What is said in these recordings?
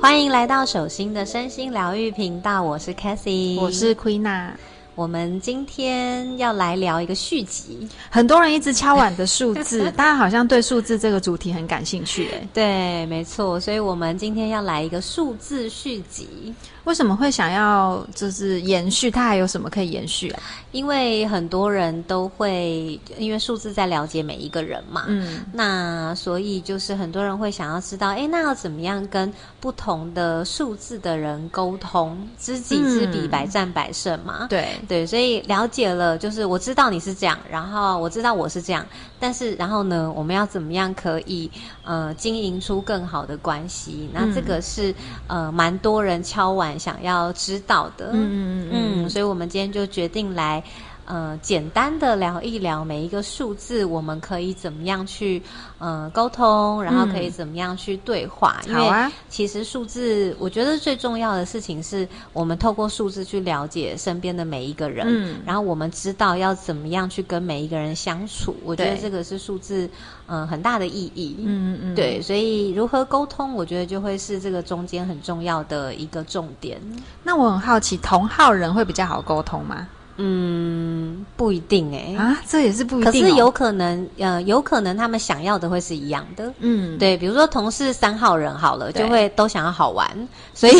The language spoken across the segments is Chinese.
欢迎来到手心的身心疗愈频道，我是 Cassie，我是 Queena。我们今天要来聊一个续集，很多人一直敲碗的数 字，大家好像对数字这个主题很感兴趣哎。对，没错，所以我们今天要来一个数字续集。为什么会想要就是延续？它还有什么可以延续啊？因为很多人都会，因为数字在了解每一个人嘛，嗯，那所以就是很多人会想要知道，哎，那要怎么样跟不同的数字的人沟通？知己知彼，嗯百战百胜嘛。对，对，所以了解了，就是我知道你是这样，然后我知道我是这样，但是然后呢，我们要怎么样可以呃经营出更好的关系？那这嗯个是、呃蛮多人敲碗想要知道的，嗯嗯嗯嗯，所以我们今天就决定来。呃，简单的聊一聊每一个数字，我们可以怎么样去呃沟通，然后可以怎么样去对话，嗯，因为好啊，其实数字，我觉得最重要的事情是我们透过数字去了解身边的每一个人，嗯然后我们知道要怎么样去跟每一个人相处。我觉得对这个是数字，嗯、很大的意义。嗯嗯嗯，对，所以如何沟通，我觉得就会是这个中间很重要的一个重点。那我很好奇，同号人会比较好沟通吗？嗯，不一定哎、啊，这也是不一可定、是有，可能，呃，有可能他们想要的会是一样的。嗯，，对，比如说同事三号人好了，对就会都想要好玩，所以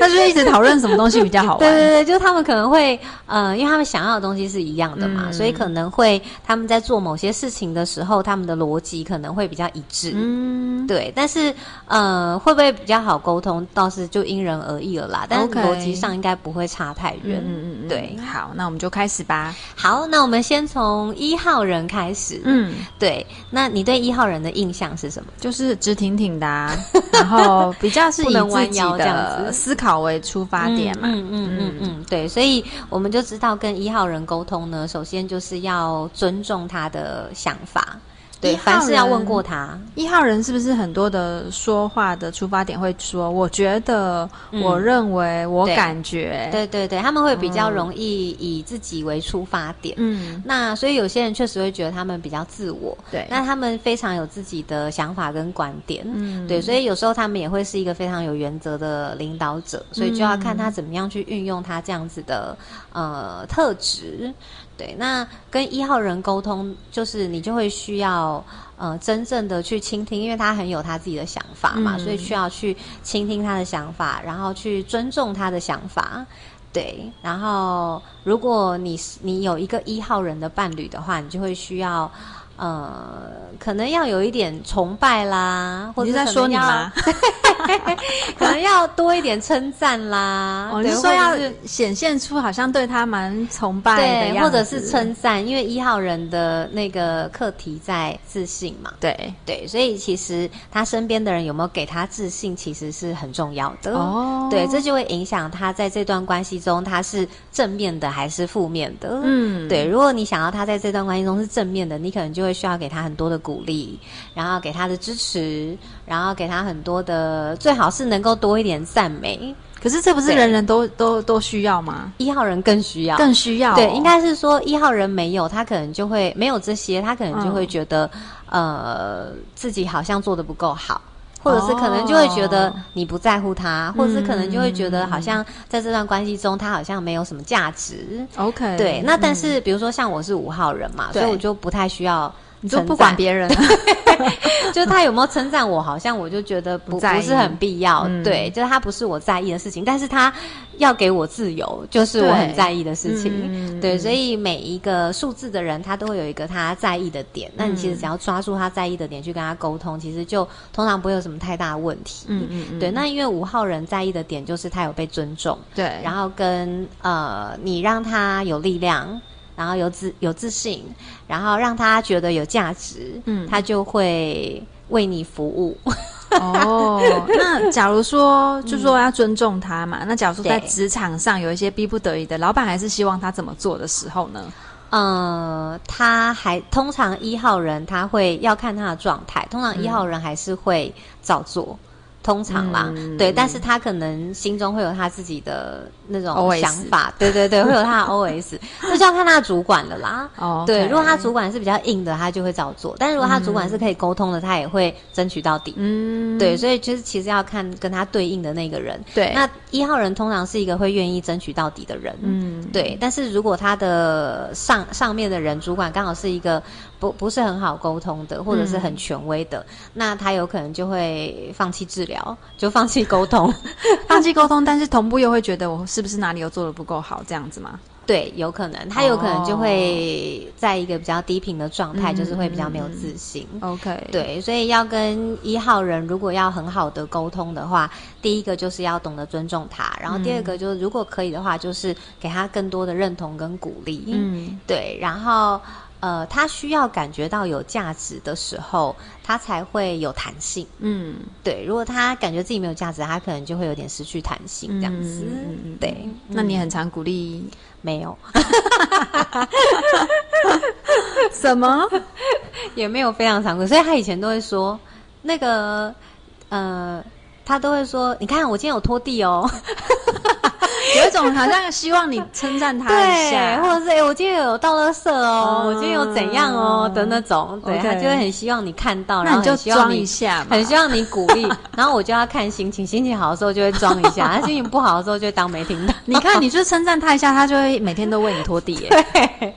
那就一直讨论什么东西比较好玩。对 对对，就是他们可能会，呃，因为他们想要的东西是一样的嘛，嗯所以可能会他们在做某些事情的时候，他们的逻辑可能会比较一致。嗯，对，但是呃，会不会比较好沟通，倒是就因人而异了啦。但是 OK 逻辑上应该不会差太嗯远。嗯嗯嗯，对好，那我们就开始吧。好，那我们先从一号人开始。嗯，对，那你对一号人的印象是什么？就是直挺挺的、啊，然后比较是 不以能自弯己腰这样子的思考为出发点嘛。嗯嗯嗯嗯嗯，对，所以我们就知道跟一号人沟通呢，首先就是要尊重他的想法，对，一号凡事要问人过他。一号人是不是很多的说话的出发点会说，我觉得，嗯我认为，我对感觉，，对对对，他们会比较容易以自己为出发点。嗯，那所以有些人确实会觉得他们比较自我，对，那他们非常有自己的想法跟观点。嗯对，所以有时候他们也会是一个非常有原则的领导者，所以就要嗯看他怎么样去运用他这样子的呃特质。对，那跟一号人沟通，就是你就会需要呃真正的去倾听，因为他很有他自己的想法嘛，嗯所以需要去倾听他的想法，然后去尊重他的想法。对，然后如果你是你有一个一号人的伴侣的话，你就会需要。呃，可能要有一点崇拜啦，或你者是可在能说你要吗？？可能要 多一点称赞啦，我对哦是说要或者是显现出好像对他蛮崇拜的对，样或子，者是称赞，因为一号人的那个课题在自信嘛，对。对，所以其实他身边的人有没有给他自信，其实是很重要的。哦对，这就会影响他在这段关系中他是正面的还是负面的。嗯对，如果你想要他在这段关系中是正面的，你可能就会需要给他很多的鼓励，然后给他的支持，然后给他很多的，最好是能够多一点赞美。可是这不是对人人都都都需要吗？一号人更需要，更需要哦、对，应该是说一号人没有，他可能就会没有这些，他可能就会嗯觉得，呃，自己好像做的不够好。或者是可能就会觉得哦你不在乎他，或者是可能就会觉得好像在这段关系中他好像没有什么价值。 OK。对，那但嗯是比如说像我是五号人嘛，所对以我就不太需要你就称不管赞别人，啊 就是他有没有称赞我，好像我就觉得不不在不意是很必要。嗯对，就是他不是我在意的事情，但是他要给我自由，就是我对很在意的事情。嗯对，所以每一个数字的人，他都会有一个他在意的点。嗯那你其实只要抓住他在意的点去跟他沟通，其实就通常不会有什么太大的问题。 嗯嗯嗯，对，那因为五号人在意的点就是他有被尊重，对，然后跟呃，你让他有力量，然后有自有自信，然后让他觉得有价值，嗯他就会为你服务。 哦，那假如说，就说要尊重他嗯嘛。那假如说在对职场上有一些逼不得已的，老板还是希望他怎么做的时候呢？呃，他还通常一号人他会要看他的状态，通常一号人还是会照做。通常啦，嗯对，但是他可能心中会有他自己的那种 OS 想法，对对对，会有他的 OS，这就要看他的主管了啦。哦，对， OK 如果他主管是比较硬的，他就会照做；但如果他主管是可以沟通的，他也会争取到底。嗯对，所以就是其实要看跟他对应的那个人。对，那一号人通常是一个会愿意争取到底的人。嗯对，但是如果他的上上面的人主管刚好是一个不不是很好沟通的，或者是嗯很权威的，那他有可能就会放弃治疗，就放弃沟通。 放弃沟通，但是同步又会觉得我是不是哪里又做的不够好这样子吗？对，有可能，他有可能就会在一个比较低频的状态，哦嗯就是会比较没有自信。 OK，，嗯对，所以要跟一号人如果要很好的沟通的话，第一个就是要懂得尊重他，然后第二个就是如果可以的话，就是给他更多的认同跟鼓励。嗯对，然后呃，他需要感觉到有价值的时候，他才会有弹性。嗯，对，如果他感觉自己没有价值，他可能就会有点失去弹性这样子。嗯嗯嗯嗯对，那你很常 鼓励没有，什么？也没有非常常规，所以他以前都会说那个呃，他都会说，你看我今天有拖地哦， 有一种好像希望你称赞他一对，或下，者是哎、我今天有倒垃圾哦，嗯我今天有怎样哦的那种，对 OK 他就会很希望你看到，然那后你就很希望装你一下嘛，很希望你鼓 励，然后我就要看心情，心情好的时候就会装一下，他心情不好的时候就当没 听到。你看，你就称赞他一下，他就会每天都为你拖地耶。对，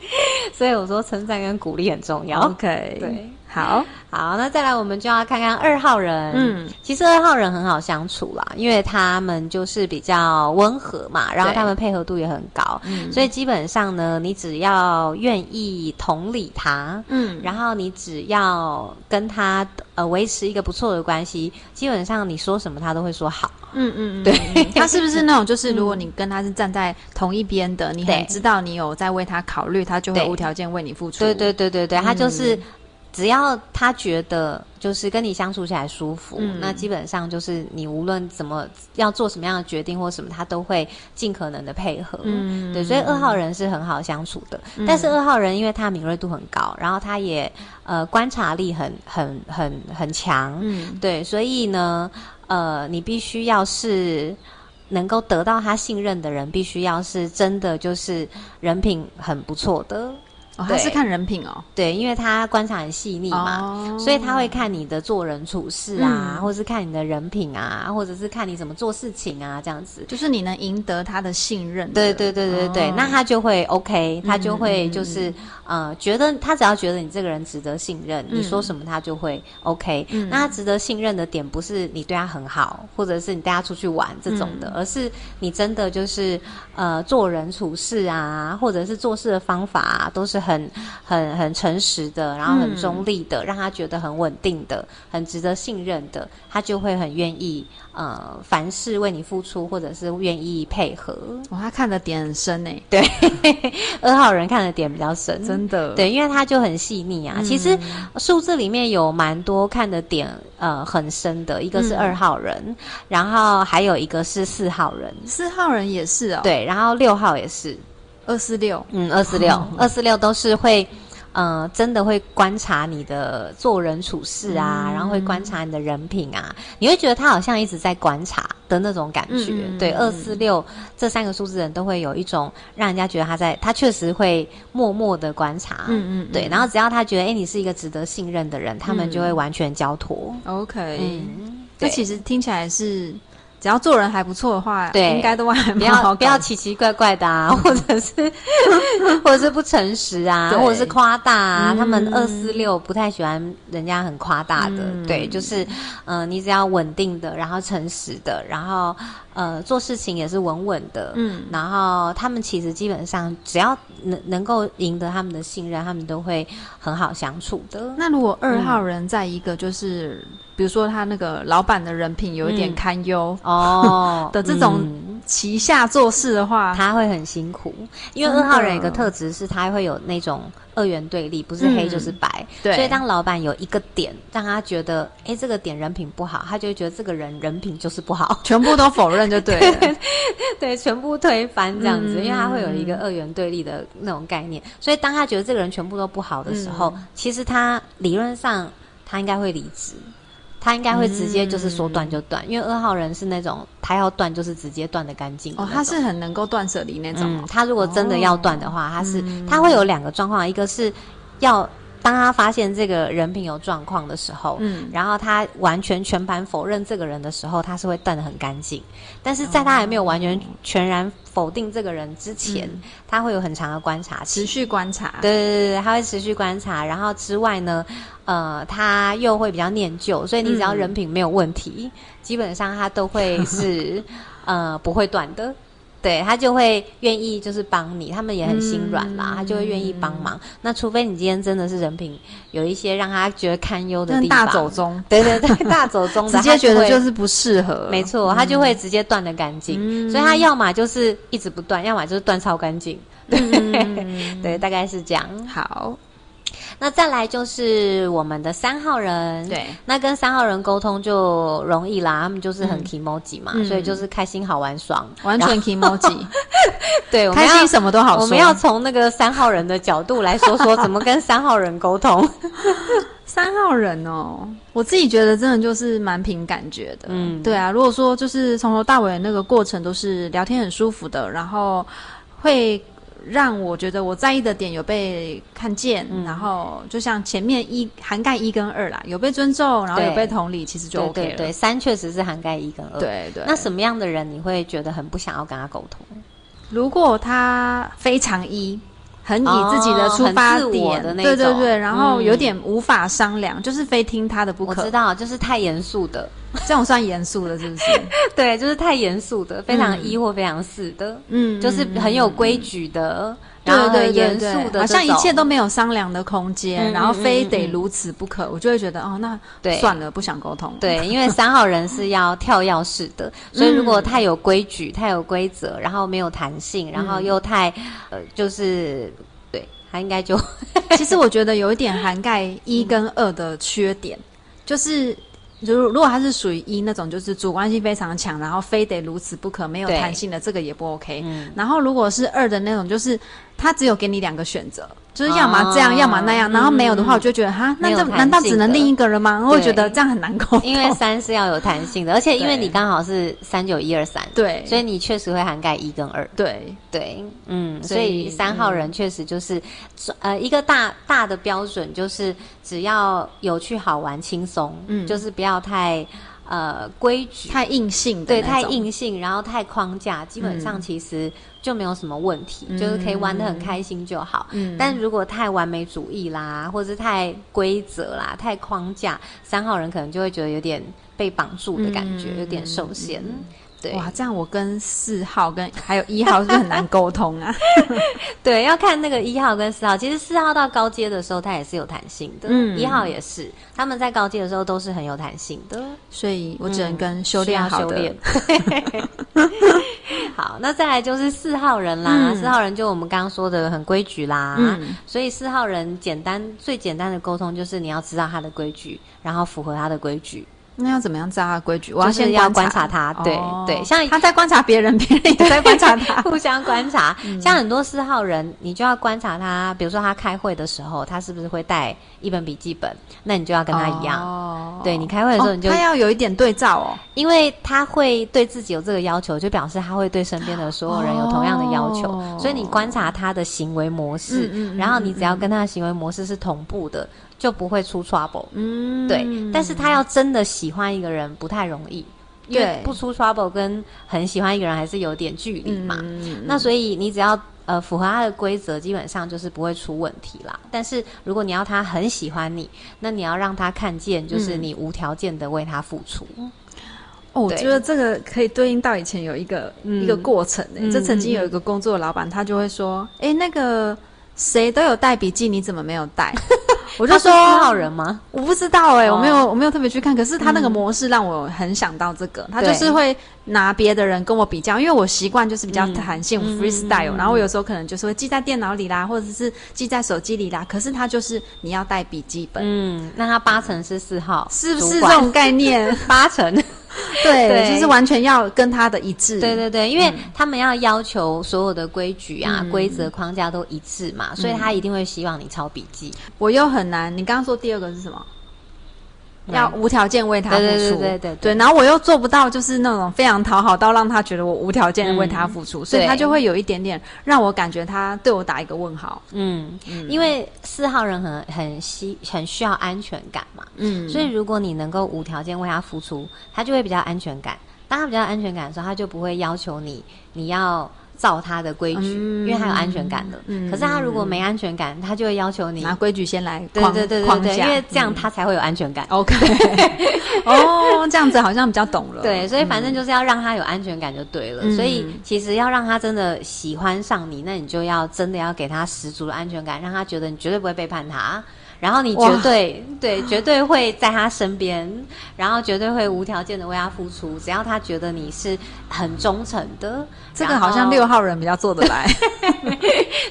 所以我说称赞跟鼓励很重要。 OK，对，嗯好，好，那再来我们就要看看二号人。嗯，其实二号人很好相处啦，因为他们就是比较温和嘛，然后他们配合度也很高，嗯所以基本上呢，你只要愿意同理他，嗯，然后你只要跟他呃维持一个不错的关系，基本上你说什么他都会说好。嗯嗯，对， 嗯他是不是那种就是如果你跟他是站在同一边的，你对很知道你有在为他考虑，他就会对无条件为你付出。对对对对嗯对，他就是、只要他觉得就是跟你相处起来舒服，嗯那基本上就是你无论怎么要做什么样的决定或什么，他都会尽可能的配合。嗯对，所以二号人是很好相处的，但是二号人因为他敏锐度很高，然后他也呃观察力很很很很强，嗯对，所以呢，呃，你必须要是能够得到他信任的人，必须要是真的就是人品很不错的，哦，对他是看人品哦，对，因为他观察很细腻嘛，哦所以他会看你的做人处事啊，嗯或是看你的人品啊，或者是看你怎么做事情啊，这样子。就是你能赢得他的信任的。对对对对对，哦那他就会 OK，他就会嗯就是、呃，觉得他只要觉得你这个人值得信任，嗯你说什么他就会 OK、嗯那他值得信任的点不是你对他很好，或者是你带他出去玩这种的，而是你真的就是呃做人处事啊，或者是做事的方法啊，都是很很很诚实的，然后很中立的，让他觉得很稳定的，很值得信任的，他就会很愿意呃凡事为你付出，或者是愿意配合。哇，他看的点很深欸诶， 二号人看的点比较深，真的。，对，因为他就很细腻啊。嗯其实数字里面有蛮多看的点，呃，很深的，一个是嗯二号人，然后还有一个是四号人，四号人也是哦，，对，然后六号也是，二四六，嗯，二四六，二四六都是会。呃，真的会观察你的做人处事啊，嗯然后会观察你的人品啊，你会觉得他好像一直在观察的那种感觉。嗯嗯嗯对，嗯二四六这三个数字人都会有一种让人家觉得他在，他确实会默默的观察。嗯嗯，对，然后只要他觉得哎、诶你是一个值得信任的人，他们就会完全交托。后 OK，嗯，这对，其实听起来是只要做人还不错的话，对应该都还 不蛮要好不要搞的奇奇怪怪的啊， 或者是或者是不诚实啊，对或者是夸大啊。嗯他们二四六不太喜欢人家很夸大的，嗯对，就是嗯、呃你只要稳定的，然后诚实的，然后呃做事情也是稳稳的，嗯然后他们其实基本上只要能能够赢得他们的信任，他们都会很好相处的。那如果二号人在一个就是，比如说他那个老板的人品有嗯一点堪忧，哦 的这种嗯旗下做事的话，他会很辛苦，因为真二的号人有一个特质是，他会有那种二元对立，不是黑就是白。嗯对所以当老板有一个点让他觉得，哎、这个点人品不好，他就会觉得这个人人品就是不好， 全部都否认就 对了。对，全部推翻这样子，嗯因为他会有一个二元对立的那种概念。所以当他嗯觉得这个人全部都不好的时候，其实他理论上他应该会离职。他应该会直接就是说嗯断就断，因为二号人是那种他要断就是直接断的干净的哦，那他种 是很能够断舍离那种嗯，哦，他如果真的要断的话，他是他会有两个状况，一个是要当他发现这个人品有状况的时候。嗯，然后他完全全盘否认这个人的时候，他是会断的很干净。但是在他还没有完全全然否定这个人之前，哦嗯他会有很长的观察期持。续观察，对对对对，他会持续观察，然后之外呢，呃，他又会比较念旧，所以你只要嗯人品没有问题，基本上他都会 是呃不会断的。对他就会愿意就是帮你，他们也很心软啦，嗯他就会愿意帮忙。那除非你今天真的是人品有一些让他觉得堪忧的但地大方，走中，对对对，大走中的， 直接觉得就是是不适合，没错，他就会直接断的干净。嗯，所以他要么就是一直不断，要么就是断超干净。对、嗯对，大概是这样。 好，那再来就是我们的三号人，，对，那跟三号人沟通就容易啦，他们就是很嗯 emoji 嘛，嗯所以就是开心、好玩、爽，完全 emoji， 对，我们开要心什么都好说。我们要从那个三号人的角度来说说怎么跟三号人沟 通。三号人哦，我自己觉得真的就是蛮凭感觉的。嗯嗯，对啊，如果说就是从头到尾那个过程都是聊天很舒服的，然后会让我觉得我在意的点有被看见，嗯然后就像前面一涵盖一跟二啦，有被尊重，然后对有被同理，其实就对 OK 对了。对，三确实是涵盖一跟二。，对对那什么样的人你会觉得很不想要跟他沟通？如果他非常一，很以自己的出哦发很自我点，的那对对种对，然后有嗯点无法商量，就是非听他的不我可知，道，就是太严肃的，这种算严肃的，是不是？ 对，就是太严肃的，非常嗯一或非常四的，嗯，就是嗯很有规矩的，然后很严肃的这种，好像一切都没有商量的空间，嗯然后非嗯嗯得嗯如此不可，我就会觉得哦，那对算了，不想沟通。，对，因为三号人是要跳钥匙的，所以如嗯果太有规矩、太有规则，然后没有弹性，然嗯后又太呃，就是对他应该就 其实我觉得有一点涵盖一跟二的缺点，就是。如如果他是属于一那种，就是主观性非常强，然后非得如此不可，没有对弹性的，这个也不 OK。嗯然后如果是二的那种，就是他只有给你两个选择，就是要么这样，哦要么那样。然后没有的嗯话，我就觉得哈，那没有这弹难道只性能的另一个人吗？我会觉得对这样很难沟通。因为三是要有弹性的，而且因为哦对你刚好是三九一二三，对，所以以你确实会涵盖一跟二。对，对，嗯，所所以以嗯三号人确实就是，呃，一个大大的标准就是只要有趣、好玩、轻松，嗯就是不要太呃规矩、太硬性的对，那太种嗯硬性，然后太框架，基本上其实就没有什么问题，就是可以玩得很开心就好。嗯但如果太完美主义啦，或者是太规则啦、太框架，三号人可能就会觉得有点被绑住的感觉，嗯有点受限。对哇，这样我跟四号跟还有一号是不是很难沟 通啊？对，要看那个一号跟四号。其实四号到高阶的时候，它也是有弹性的，嗯一号也是，他们在高阶的时候都是很有弹性的。所以我只能跟啊修炼嗯需要好修的，炼。 好，那再来就是四号人啦，嗯四、号人就我们刚刚说的很规矩啦，嗯所以四号人简单最简单的沟通就是你要知道他的规矩，然后符合他的规矩，那要怎么样知道他的规矩？我要就是先要观察他，对、哦对，像他在观察别人，别人也在观察 他。嗯互相观察，像很多四号人，你就要观察他，比如说他开会的时候，他是不是会带一本笔记本，那你就要跟他一样。哦对你开会的时候，你就、哦他要有一点对照哦。因为他会对自己有这个要求，就表示他会对身边的所有人有同样的要求，哦所以你观察他的行为模式，嗯嗯嗯然后你只要跟他的行为模式是同步的，就不会出 trouble。嗯对，但是他要真的喜欢一个人不太容易，因为对不出 trouble 跟很喜欢一个人还是有点距离嘛。嗯那所以你只要呃符合他的规则，基本上就是不会出问题啦。但是如果你要他很喜欢你，那你要让他看见，就是嗯你无条件的为他付出。哦，我对觉得这个可以对应到以前有一个、嗯一个过程诶、嗯这曾经有一个工作的老板，他就会说：“哎、那个谁都有带笔记，你怎么没有带？”我我就四说：“号人吗？我不知道哎、哦嗯我没有我没有特别去看，可是他那个模式让我很想到这个，他就是会拿别的人跟我比较，因为我习惯就是比较弹性、嗯 freestyle，、嗯然后我有时候可能就是会记在电脑里啦，或者是记在手机里啦，可是他就是你要带笔记本，嗯，那他八成是四号，是不主是这管种概念？ 八成？对，对就是完全要跟他的一致，对对对，因嗯为他们要要求所有的规矩啊、规则框架都一致嘛，嗯所以他一定会希望你抄笔记。我又很难。你刚刚说第二个是什么？要无条件为他付出，对对对对对对然后我又做不到，就是那种非常讨好到让他觉得我无条件为他付嗯出，所以他就会有一点点让我感觉他对我打一个问号。嗯，因为四号人很很需很需要安全感嘛，嗯所以如果你能够无条件为他付出，他就会比较安全感。当他比较有安全感的时候，他就不会要求你你要照他的规矩，嗯因为他有安全感了。嗯可是他如果没安全感，他就会要求你。拿规矩先来对框对对对框对，架，因为这样嗯他才会有安全感。 OK，哦，这样子好像比较懂 了。对，所以反正就是要让他有安全感就对了。嗯所以其实要让他真的喜欢上你，那你就要真的要给他十足的安全感，让他觉得你绝对不会背叛他，然后你哇绝对对绝对会在他身边，然后绝对会无条件的为他付出，只要他觉得你是很忠诚的，这个然后好像六，号人比较做得来。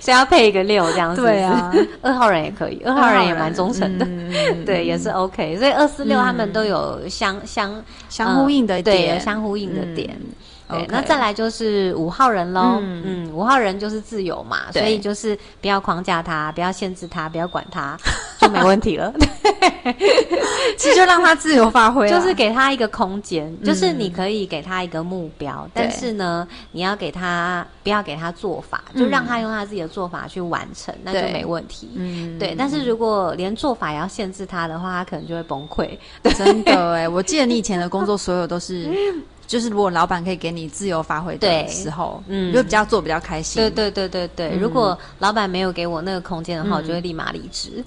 所以要配一个六这样子。对啊， 二号人也可以，二号人也蛮忠诚的。 嗯对，也是 OK，所以二四六他们都有相、相相呼应的呃对有点相呼应的嗯点。对 OK 那再来就是五号人喽。嗯嗯，五、号人就是自由嘛，对所以就是不要框架他，不要限制他，不要管他，就没问题了。 其实就让他自由发挥啊 啦，就是给他一个空间，就是你可以给他一个目标，但是呢，你要给他不要给他做法，就让他用他自己的做法去完成，那就对没问题。嗯对，但是如果连做法也要限制他的话，他可能就会崩溃。真的哎，我记得你以前的工作所有都 是，就是如果老板可以给你自由发挥的对时候，嗯你就比较做比较开心。对对对对对，如果老板没有给我那个空间的话，我就会立马离职，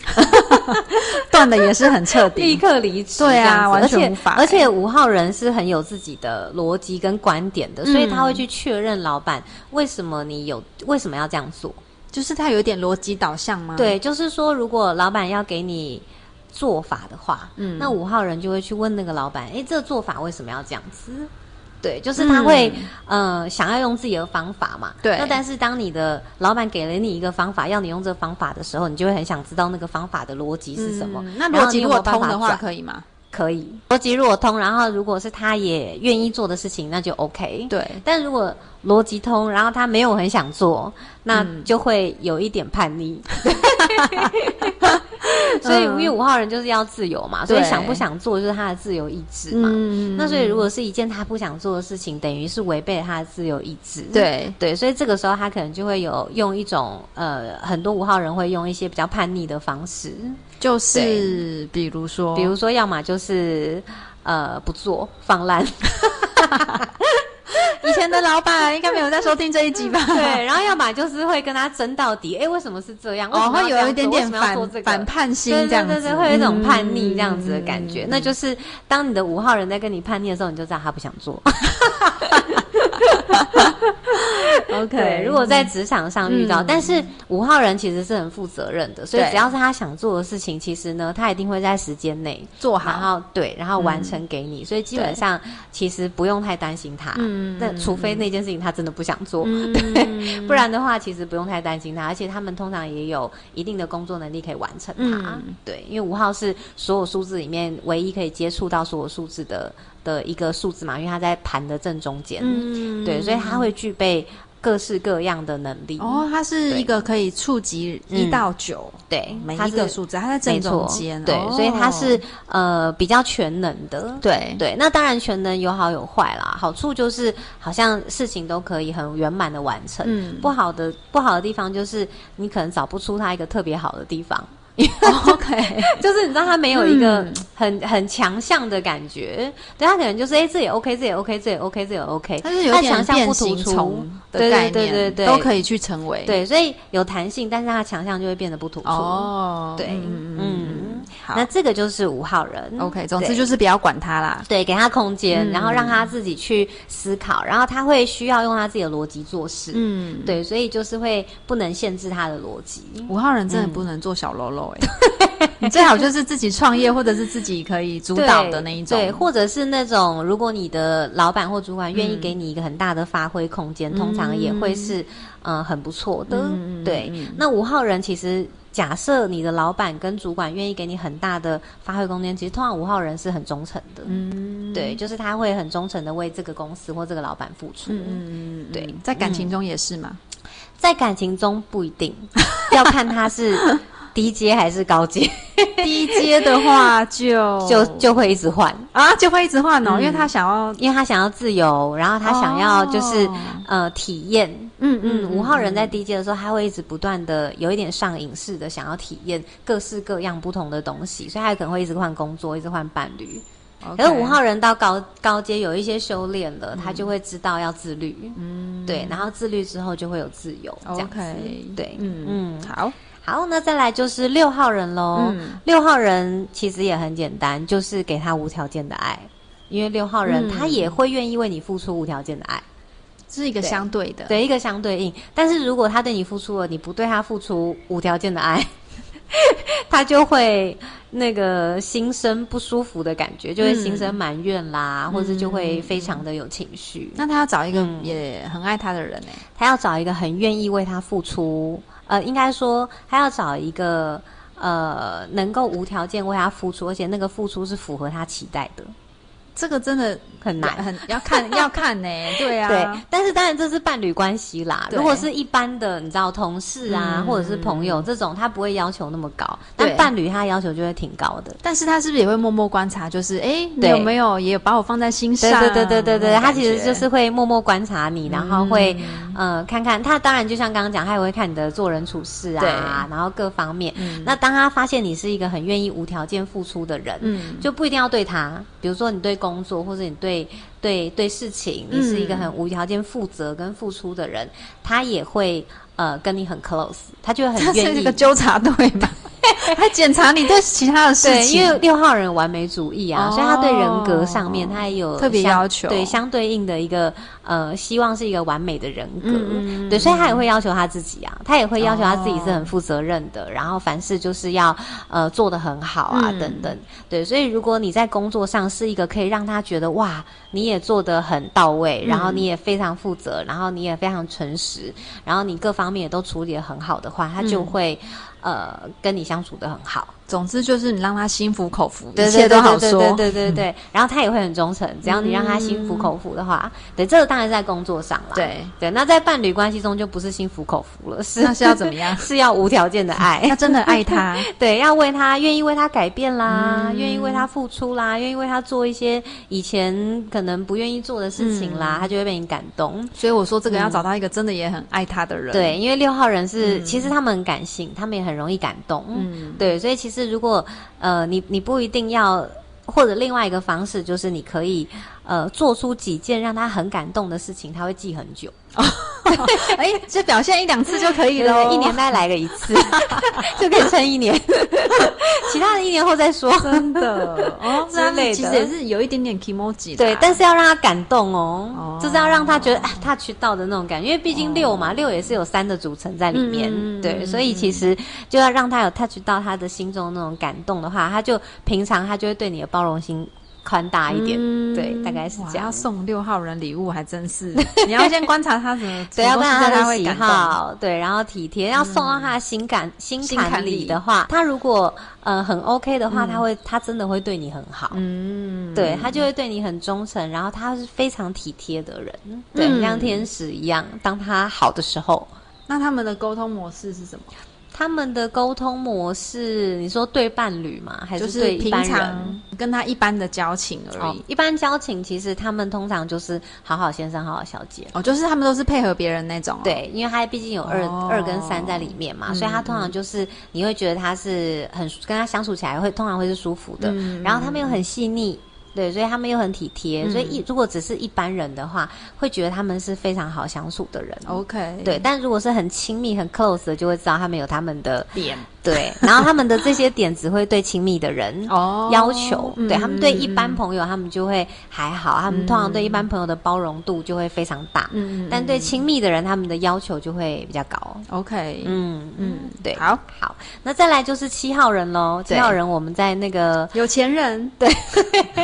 断的也是很彻 立底。刻离职。对啊这样子而完全且无法欸而且五号人是很有自己的逻辑跟观点嗯的，所以他会去确认老板为什么你有为什么要这样做。就是他有点逻辑导向吗？，对，就是说，如果老板要给你做法的话，嗯嗯，那五号人就会去问那个老板，诶，这做法为什么要这样子？对，就是他会、呃想要用自己的方法嘛。嗯对那但是当你的老板给了你一个方法，要你用这个方法的时候，你就会很想知道那个方法的逻辑是什么。嗯那然逻后辑你有如没果有办通法的话，转可以吗？可以，逻辑如果通，然后如果是他也愿意做的事情，那就 OK。对，但如果逻辑通，然后他没有很想做，那嗯就会有一点叛 逆。所以，因为五号人就是要自由嘛，所以嗯对想不想做就是他的自由意志嘛。嗯那所以，如果是一件他不想做的事情，等于是违背了他的自由意志。对，对，所以这个时候他可能就会有用一种呃，很多五号人会用一些比较叛逆的方式，就是比如说，比如说，要么就是呃不做放烂，以前的老板应该没有在收听这一集吧？ 对，然后要么就是会跟他争到底，哎，为什么是这样？为哦，会什么要有一点这样做为点反什么要做这个反叛心对这样对子，对对，会有一种叛逆嗯这样子的感觉。那就是当你的五号人在跟你叛逆的时候，你就知道他不想 做。对，如果在职场上遇到，嗯但是五号人其实是很负责任的，所以对只要是他想做的事情，其实呢，他一定会在时间内做然哦好，后对，然后完成给你，所以基本上其实不用太担心他。嗯那除非那件事情他真的不想做，嗯对，不然的话其实不用太担心他。而且他们通常也有一定的工作能力可以完成它。嗯对，因为五号是所有数字里面唯一可以接触到所有数字的的一个数字嘛，因为它在盘的正中间。嗯对，所以他会具备各式各样的能力。哦，它是嗯对一个可以触及一嗯到九、对，每它一是个数字，它在正没错中间，，对，哦所以它是呃比较全能的。 对对，那当然全能有好有坏啦。好处就是好像事情都可以很圆满的完成，嗯不好的不好的地方就是你可能找不出他一个特别好的地方， 哦，OK，就是你知道他没有一个嗯很、很强项的感觉，对他可能就是哎、诶这也 OK，这也 OK，这也 OK，这也 OK，它是有强点项变不突形出虫。的对对概念，对对对都可以去成为，，对，所以有弹性，但是他的强项就会变得不突出。哦，对嗯嗯，好那这个就是五号人。 ，OK，总之对就是不要管它啦，对，给他空间，嗯然后让他自己去思考，然后他会需要用他自己的逻辑做事。嗯。对，所以就是会不能限制他的逻辑。五号人真的不能做小喽啰哎，嗯 你最好就是自己创业，或者是自己可以主导的那一种。 对，或者是那种如果你的老板或主管愿意嗯给你一个很大的发挥空间，通常也会是嗯、呃很不错的。嗯嗯嗯对，那五号人其实假设你的老板跟主管愿意给你很大的发挥空间，其实通常五号人是很忠诚的。嗯，对，就是他会很忠诚的为这个公司或这个老板付出。嗯嗯，对 在感情中也是嘛，在感情中不一定，要看他是 低阶还是高阶，低阶的话就就就会一直换，啊就会一直换哦，因为他想要，因为他想要自由，然后他想要就是、哦呃体验。嗯嗯，五号人在低阶的时候，他会一直不断的有一点上瘾似的，想要体验各式各样不同的东西，所以他可能会一直换工作，一直换伴侣。可是五号人到高高阶有一些修炼了，他就会知道要自律，嗯，对，然后自律之后就会有自由，这样子 OK，对，嗯嗯嗯，好，好，那再来就是六号人喽。嗯六、号人其实也很简单，就是给他无条件的爱，因为六号人嗯他也会愿意为你付出无条件的爱，这是一个对相对的，对一个相对应。但是如果他对你付出了，你不对他付出无条件的爱， 他就会那个心生不舒服的感觉，就会心生埋怨啦，或者就会非常的有情绪。那他要找一个嗯也很爱他的人哎、他要找一个很愿意为他付出，呃，应该说他要找一个呃能够无条件为他付出，而且那个付出是符合他期待的，这个真的很难。很要看要看呢、对啊，对，但是当然这是伴侣关系啦。对如果是一般的，你知道同事啊，嗯或者是朋友这种，他不会要求那么高，对但伴侣他要求就会挺高的。但是他是不是也会默默观察，就是哎、诶你对有没有也有把我放在心对上？对对对对对，那种他感觉嗯其实就是会默默观察你，然后会、呃看看他。当然就像刚刚讲，他也会看你的做人处事对啊，然后各方面。嗯那当他发现你是一个很愿意无条件付出的人，嗯就不一定要对他，比如说你对工作或者你对对对事情，嗯你是一个很无条件负责跟付出的人，他也会呃跟你很 close，他就会 他很是愿这意个。纠察队吧？他检查你对其他的事对，情，因为六号人完美主义啊，哦所以他对人格上面他也有特别相要求对相对应的一个呃，希望是一个完美的人格，嗯嗯对，所以他也会要求他自己啊，他也会要求他自己是哦很负责任的，然后凡事就是要呃做得很好啊、嗯等等，对，所以如果你在工作上是一个可以让他觉得哇，你也做得很到嗯位，然后你也非常负责，然后你也非常诚实，然后你各方面也都处理得很好的话，他就嗯会、呃跟你相处得很好。总之就是你让他心服口服，对一切都好对说。嗯对对对对对然后他也会很忠诚，只要你让他心服口服的话，对，这个当然是在工作上啦。嗯对对，那在伴侣关系中就不是心服口服 了，是？那是要怎么样 是要无条件的爱 他，真的爱他，对，要为他愿意为他改变啦，嗯愿意为他付出啦，愿意为他做一些以前可能不愿意做的事情嗯啦，他就会被你感动。所以我说这个要找到一个真的也很爱他的人。，嗯对，因为六号人是、其实他们很感性，他们也很容易感动。嗯，对，所以其实如果呃你你不一定要，或者另外一个方式就是你可以呃做出几件让他很感动的事情，他会记很久， 哎，就表现一两次就可以了，一年大概来个一次， 就可以撑一年， 其他的一年后再说。 真的哦， 之那类的其实也是有一点点 k i m o j i 对，但是要让他感动哦，哦就是要让他觉得啊，他渠道的那种感觉，因为毕竟六嘛，六也是有三的组成在里面，嗯嗯嗯对，嗯所以其实就要让他有 touch 到他的心中那种感动的话，他就平常他就会对你的包容心宽大一点，对，大概是这哇要样。送六号人礼物还真是，你要先观察他什么， 对，要什么看他东西他的会喜感动。嗯好，对，然后体贴，要送到他的心感、心心坎坎里里的话，他如果呃很 OK 的话，他会他真的会对你很好，嗯，对他就会对你很忠诚，然后他是非常体贴的人，对，嗯像天使一样。当他好的时候，那他们的沟通模式是什么？他们的沟通模式，你说对伴侣吗？还就是是对一平般人？常跟他一般的交情而哦已。，一般交情其实他们通常就是好好先生、好好小姐。哦，就是他们都是配合别人那种哦。对，因为他毕竟有二、哦嗯二跟三在里面嘛，所以他通常就是你会觉得他是很跟他相处起来会通常会是舒服的，嗯嗯然后他们又很细腻。对，所以他们又很体贴，所以一如果只是一般人的话，会觉得他们是非常好相处的人。哦，OK，对，但如果是很亲密、很 close 的，就会知道他们有他们的点对，然后他们的这些点只会对亲密的人哦嗯要求，对他们对一般朋朋友，他们就会还好，他们通常对一般朋友的包容度就会非常大，嗯嗯但对亲密的人，他们的要求就会比较高。 OK，嗯嗯，嗯，对好，好，那再来就是七号人喽。七对号人，我们在那个有钱人 对，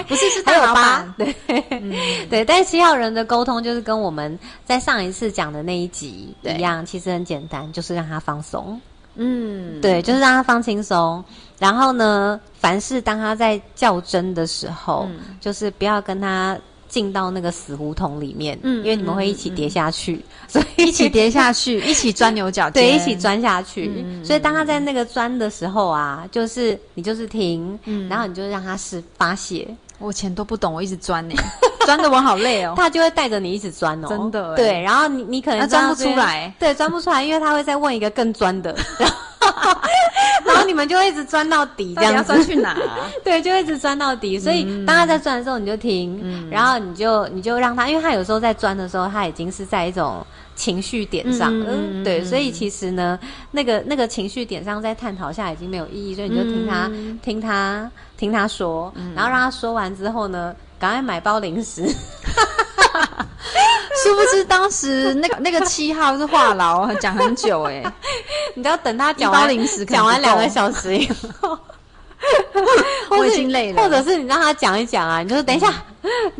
不是是还大有八老板，，对、嗯对，但是七号人的沟通就是跟我们在上一次讲的那一集对一样，其实很简单，就是让他放松，嗯，对，就是让他放轻松。然嗯后呢，凡事当他在较真的时候，就是不要跟他。进到那个死胡同里面，嗯因为你们会一起跌下去，所以一起跌 下去，一起钻牛角尖，对，一起钻下去。嗯所以当他在那个钻的时候啊，就是你就是停，嗯然后你就让他是发泄，我钱都不懂，我一直钻呢、 钻的我好累哦。他就会带着你一直钻哦，真的欸对，然后你你可那能钻到不这出边，来，对，钻不出来，因为他会再问一个更钻 的， 然后然后你们就会一直钻 到底这到底要样钻子。去哪、对，就一直钻到底，所以嗯当他在钻的时候，你就停，然后你就你就让他，因为他有时候在钻的时候，他已经是在一种情绪点上，嗯嗯嗯嗯，嗯对，嗯所以其实呢，那个那个情绪点上在探讨下已经没有意义，所以你就听他、嗯听他听他说，然后让他说完之后呢，赶快买包零食， 殊不知当时那个那个七号是话痨，讲很久哎、你只要等他讲一包完零食可能讲完不够两个小时以后，或 我已是经你累了嗯或者是你让他讲一讲啊，你就说等一下，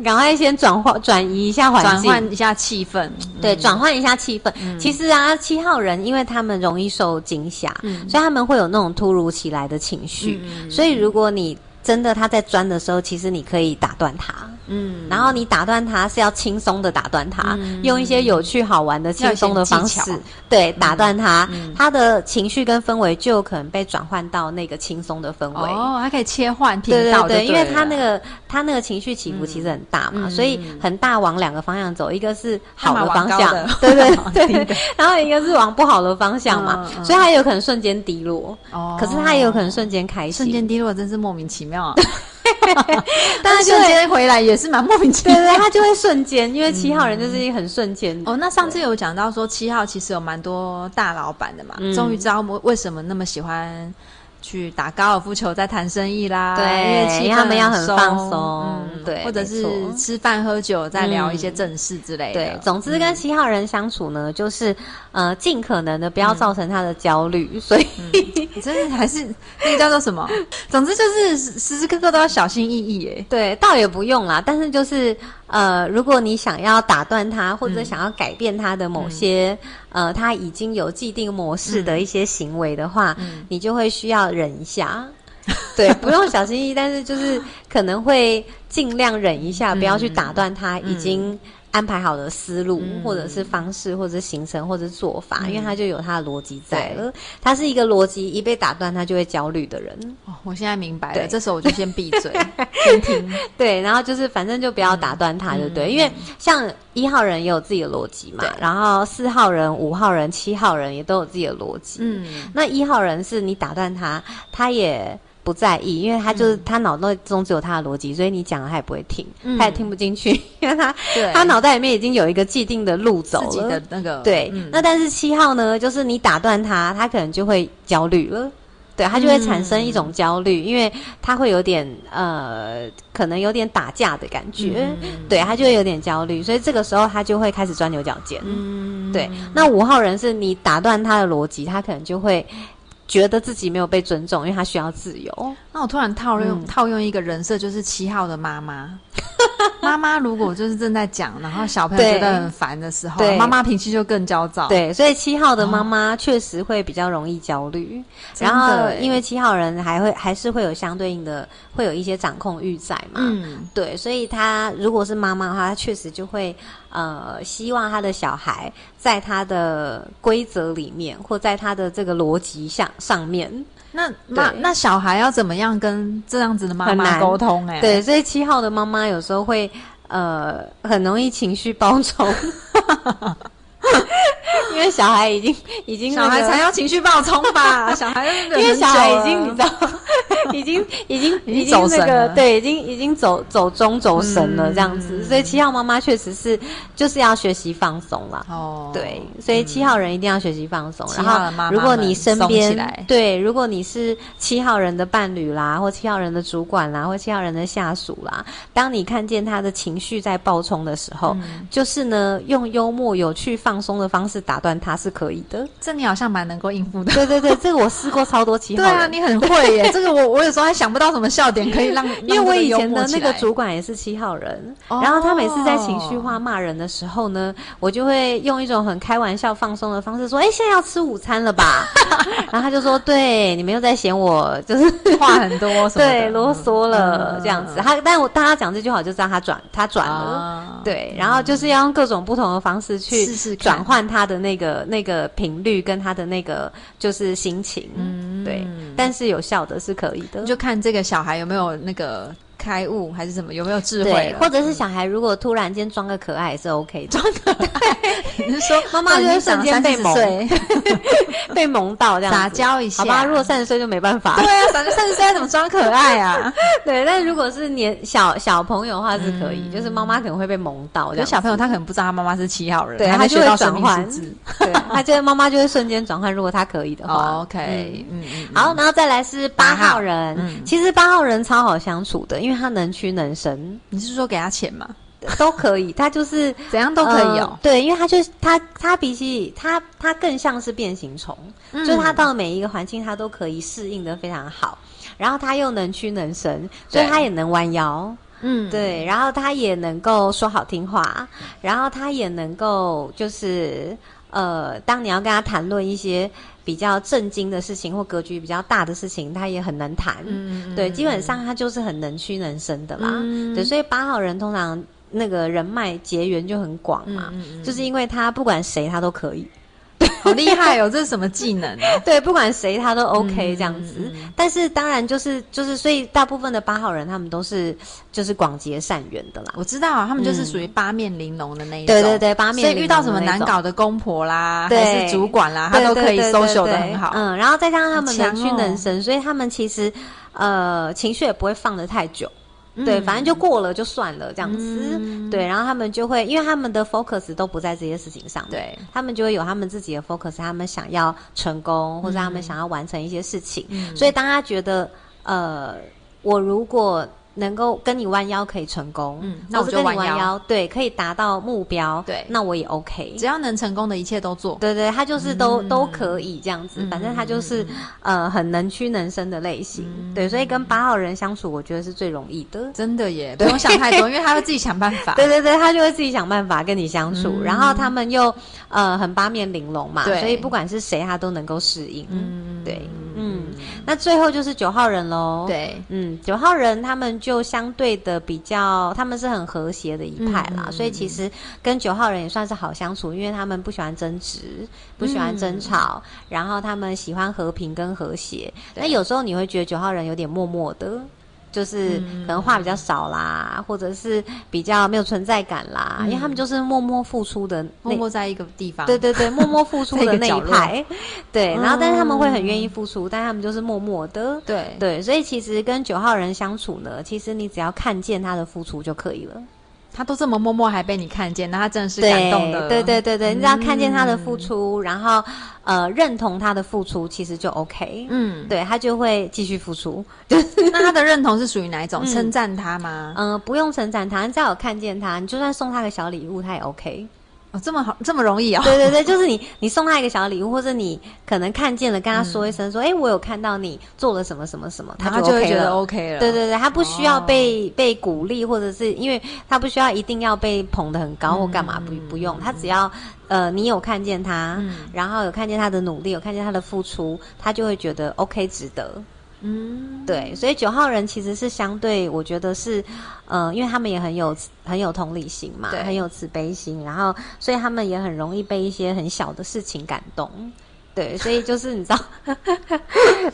赶快先转换转移一下环转境，换一下气氛。对，转换一下气氛。嗯其实啊，七号人因为他们容易受惊吓，嗯所以他们会有那种突如其来的情绪。所以如果你真的他在钻的时候，其实你可以打断他，嗯，然后你打断他是要轻松的打断他，用一些有趣好玩的、轻松的方要有一些技式巧，嗯对，打断他，他的情绪跟氛围就有可能被转换到那个轻松的氛围。哦，还可以切换频对道对对，就对因为他那了个他那个情绪起伏其实很大嘛，嗯所以很大往两个方向走，一个是好干嘛往方高向的， 对对 往低对，然后一个是往不好的方向嘛，嗯嗯所以他有可能瞬间低落，哦，可是他也有可能瞬间开心，瞬间低落，真是莫名其妙 啊！但是就瞬会间回来也是蛮莫名其对妙。对，他就会瞬间，因为七号人就是一个很瞬间的，嗯哦，那上次有讲到说七号其实有蛮多大老板的嘛，嗯终于知道我为什么那么喜欢去打高尔夫球在谈生意啦，对因为气因为氛他们要很松嗯放松对或者没是错吃饭喝酒再聊一些正事之类的，嗯对，总之跟七号人相处呢，就是呃，尽可能的不嗯要造成他的焦虑，所以你真的还是那个叫做什么？ 总之就是时时刻刻都要小心翼翼，哎，对，倒也不用啦，但是就是呃，如果你想要打断他，或者想要改变他的某些、呃，他已经有既定模式的一些行为的话，你就会需要忍一下。对，不用小心翼翼，但是就是可能会尽量忍一下，不要去打断他已经安排好的思路，或者是方式，或者是行程，或者是做法，因为他就有他的逻辑在了。他是一个逻辑一被打断，他就会焦虑的人。哦，我现在明白了，对这时候我就先闭 嘴，先听，对，然后就是反正就不要打断他，就对，因为像一号人也有自己的逻辑嘛嗯对，然后四号人、五号人、七号人也都有自己的逻辑。嗯，那一号人是你打断他，他也不在意，因为他就是、他脑袋中只有他的逻辑，所以你讲了他也不会听，嗯他也听不进去，因为他对，他脑袋里面已经有一个既定的路走自己了的。那个对，嗯那但是七号呢，就是你打断他，他可能就会焦虑了。对他就会产生一种焦虑，嗯因为他会有点呃，可能有点打架的感觉，嗯对啊他就会有点焦虑，所以这个时候他就会开始钻牛角尖。嗯对，那五号人是你打断他的逻辑，他可能就会觉得自己没有被尊重，因为他需要自由。那我突然套用、嗯套用一个人设，就是七号的妈妈。 妈妈如果就是正在讲，然后小朋友对觉得很烦的时候，对妈妈脾气就更焦躁。，对，所以七号的妈妈确实会比较容易焦虑，哦真的然后欸因为七号人还会还是会有相对应的会有一些掌控欲在嘛，嗯，对，所以他如果是妈妈的话，他确实就会呃希望他的小孩在他的规则里面或在他的这个逻辑上上面，那那对那小孩要怎么样跟这样子的妈很妈难沟通、欸？哎，对，所以七号的妈妈有时候会呃很容易情绪包冲。 因为小孩已经已经、那小孩个才要情绪暴冲 吧？小孩因因为小孩已经你知道， 已经已经已经经走那神个了嗯对，已经已经走走中走神了这样子，所以七号妈妈确实是就是要学习放松啦。哦，对，所以七号人一定要学习放松。七然号的妈妈后，如果你身们松起边来对，如果你是七号人的伴侣啦，或七号人的主管啦，或七号人的下属啦，当你看见嗯他的情绪在爆冲的时候，就是呢，用幽默、有趣、放松的方式打断它是可以的。这你好像蛮能够应付的。对对对，这个我试过超多期好对人。啊，你很会耶！这个我我有时候还想不到什么笑点可以让，让因为这我个以幽前默的起那个来主管也是七号人，哦然后他每次在情绪化骂人的时候呢，我就会用一种很开玩笑、放松的方式说：“哎、现在要吃午餐了吧？” 然后他就说：“对，你们又在嫌我就是话很多什么的，对啰嗦了、嗯这样子。”他，但我大家讲这句话，我就知道他转他转了。啊，对，然后就是要用各种不同的方式去试试看转换他的那个那个频率跟他的那个就是心情，嗯对，但是有效的是可以的你。就看这个小孩有没有那个开悟还是什么，有没有智慧对，了，嗯或者是小孩如果突然间装个可爱也是 OK 的， 你是说妈妈就会瞬间被30萌岁被萌到这样子撒，娇一下，好吧？如果三十岁就没办法对， 啊，三三十岁怎么装可爱啊？对。但如果是年小小朋友的话是可以，就是妈妈可能会被萌到这嗯有样子，小朋友他可能不知道他妈妈是七号人，对他他就学会到转生命换数字。对，他就妈妈就会瞬间转换，如果他可以的话。哦 OK，嗯嗯，好，然后再来是八八号号人，嗯其实八号人超好相处的，因为他能屈能伸，你是说给他钱吗？都可以，他就是怎样都可以哦呃。对，因为他就是他，他比起他，他更像是变形虫，嗯就是他到每一个环境，他都可以适应的非常好。然后他又能屈能伸，所以对他也能弯腰，嗯，对，然后他也能够说好听话，然后他也能够就是呃，当你要跟他谈论一些比较震惊的事情或格局比较大的事情，他也很能谈。嗯，嗯对，基本上他就是很能屈能伸的啦。嗯对，所以八号人通常那个人脉结缘就很广嘛，嗯嗯嗯就是因为他不管谁他都可 以，好厉害哦，这是什么技能啊？对，不管谁他都 OK 这样子。嗯嗯嗯但是当然就是就是，所以大部分的八号人他们都是就是广结善缘的啦。我知道啊，他们就是属于八面玲珑的那一种。嗯对对对，八面所以玲遇到珑什么的那难种搞的公婆啦，对还是主管啦，他对都对可以对 social 对的对很好。嗯，然后再加上他好们强能屈能哦伸，所以他们其实呃情绪也不会放得太久。对，嗯反正就过了就算了这样子。对，然后他们就会，因为他们的 focus 都不在这些事情上面，对他们就会有他们自己的 focus，他们想要成功或者嗯他们想要完成一些事情。所以当他觉得，呃，我如果能够跟你弯腰可以成功，嗯那或我是就跟你弯弯腰腰，对，可以达到目标，对那我也 OK。只要能成功的一切都做。对对，他就是都、都可以这样子，嗯反正他就是、呃很能屈能伸的类型，嗯对，所以跟八号人相处，我觉得是最容易的。真的耶，不用想太多，因为他会自己想办法。嗯对对对，他就会自己想办法跟你相处，然后他们又呃很八面玲珑嘛，对所以不管是谁，他都能够适应。嗯对，嗯，那最后就是九号人喽。。对，嗯，九号人他们就相对的比较，他们是很和谐的一派啦，嗯嗯所以其实跟九号人也算是好相处，因为他们不喜欢争执，不喜欢争吵，然后他们喜欢和平跟和谐。嗯对那有时候你会觉得九号人有点默默的。嗯就是可能话比较少啦，或者是比较没有存在感啦，因为他们就是默默付出的那嗯默默在一个地方。对对对，默默付出 在一的个那角一落派，对，然后但是他们会很嗯愿意付出，但他们就是默默的，对对，所以其实跟九号人相处呢，其实你只要看见他的付出就可以了。他都这么默默还被你看见，那他真的是对感动的。对对对对，你只要看见他的付出，然后呃认同他的付出，其实就 OK。嗯，对他就会继续付出，那他的认同是属于哪一种？嗯称赞他吗？嗯、不用称赞他，你只要有看见他，你就算送他个小礼物，他也 OK。哦，这么好，这么容易哦。对对对，就是你，你送他一个小礼物，或者你可能看见了，跟他说一声，说，哎、我有看到你做了什么什么什么，然他后就会 OK 觉得了。 OK 了。对对对，他不需要被、被鼓励，或者是因为他不需要一定要被捧得很高或干嘛，不不用，他只要呃你有看见他，然后有看见他的努力，有看见他的付出，他就会觉得 OK 值得。嗯，对，所以九号人其实是相对，我觉得是，呃，因为他们也很有很有同理心嘛，对很有慈悲心，然后所以他们也很容易被一些很小的事情感动。对，所以就是你知道，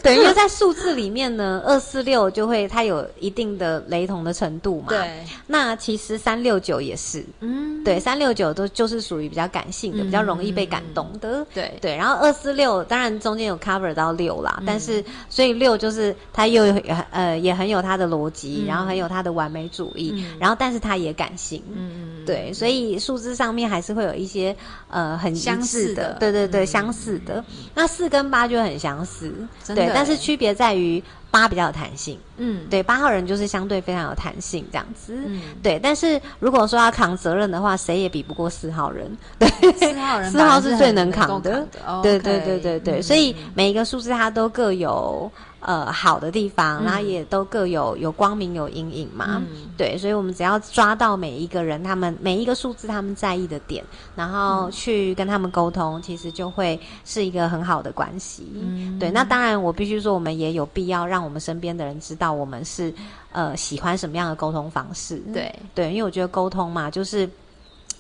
对，因为在数字里面呢，二四六就会它有一定的雷同的程度嘛。，对，那其实三六九也是，嗯，对，三六九都就是属于比较感性的，比较容易被感动的。对对，然后二四六当然中间有 cover 到六啦，嗯但是所以六就是它又有呃也很有它的逻嗯辑，然后很有它的完美主义，然后但是它也感性，嗯，嗯，对，所以数字上面还是会有一些呃很一相致似的嗯对对对，相似的。那四跟八就很相似，真的对，但欸是区别在于八比较有弹性，嗯，对，八号人就是相对非常有弹性这样子。嗯，对，但是如果说要扛责任的话，谁也比不过四号人。四号人四号本来是是最很能能扛够的扛的对 OK，对对对对，嗯所以每一个数字它都各有呃好的地方，嗯然后也都各有有光明有阴影嘛。嗯对，所以我们只要抓到每一个人，他们每一个数字他们在意的点，然嗯后去跟他们沟通，其实就会是一个很好的关系。嗯对，那当然我必须说，我们也有必要让我们身边的人知道我们是呃喜欢什么样的沟通方式。对，对，因为我觉得沟通嘛，就是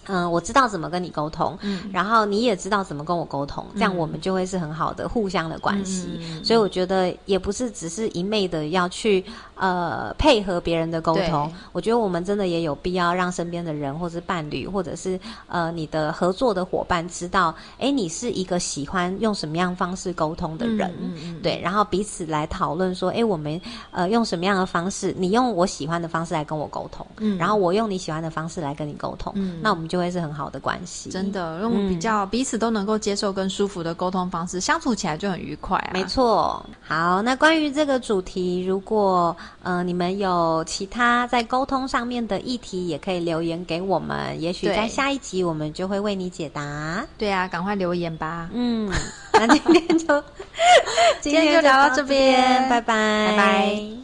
嗯、我知道怎么跟你沟通，嗯，然后你也知道怎么跟我沟通，这样我们就会是很好的互相的关系。嗯所以我觉得也不是只是一昧的要去呃配合别人的沟通对，我觉得我们真的也有必要让身边的人，或是伴侣，或者是呃你的合作的伙伴知道，哎，你是一个喜欢用什么样方式沟通的人。嗯嗯嗯对，然后彼此来讨论说，哎，我们呃用什么样的方式？你用我喜欢的方式来跟我沟通，嗯然后我用你喜欢的方式来跟你沟通，嗯那我们就嗯会是很好的关系。真的用比较彼此都能够接受跟舒服的沟通方式，相处起来就很愉快啊。没错，好，那关于这个主题，如果呃你们有其他在沟通上面的议题，也可以留言给我们，也许对在下一集我们就会为你解答。对啊，赶快留言吧，嗯， 那今天就 今天就聊到这边拜拜，拜拜。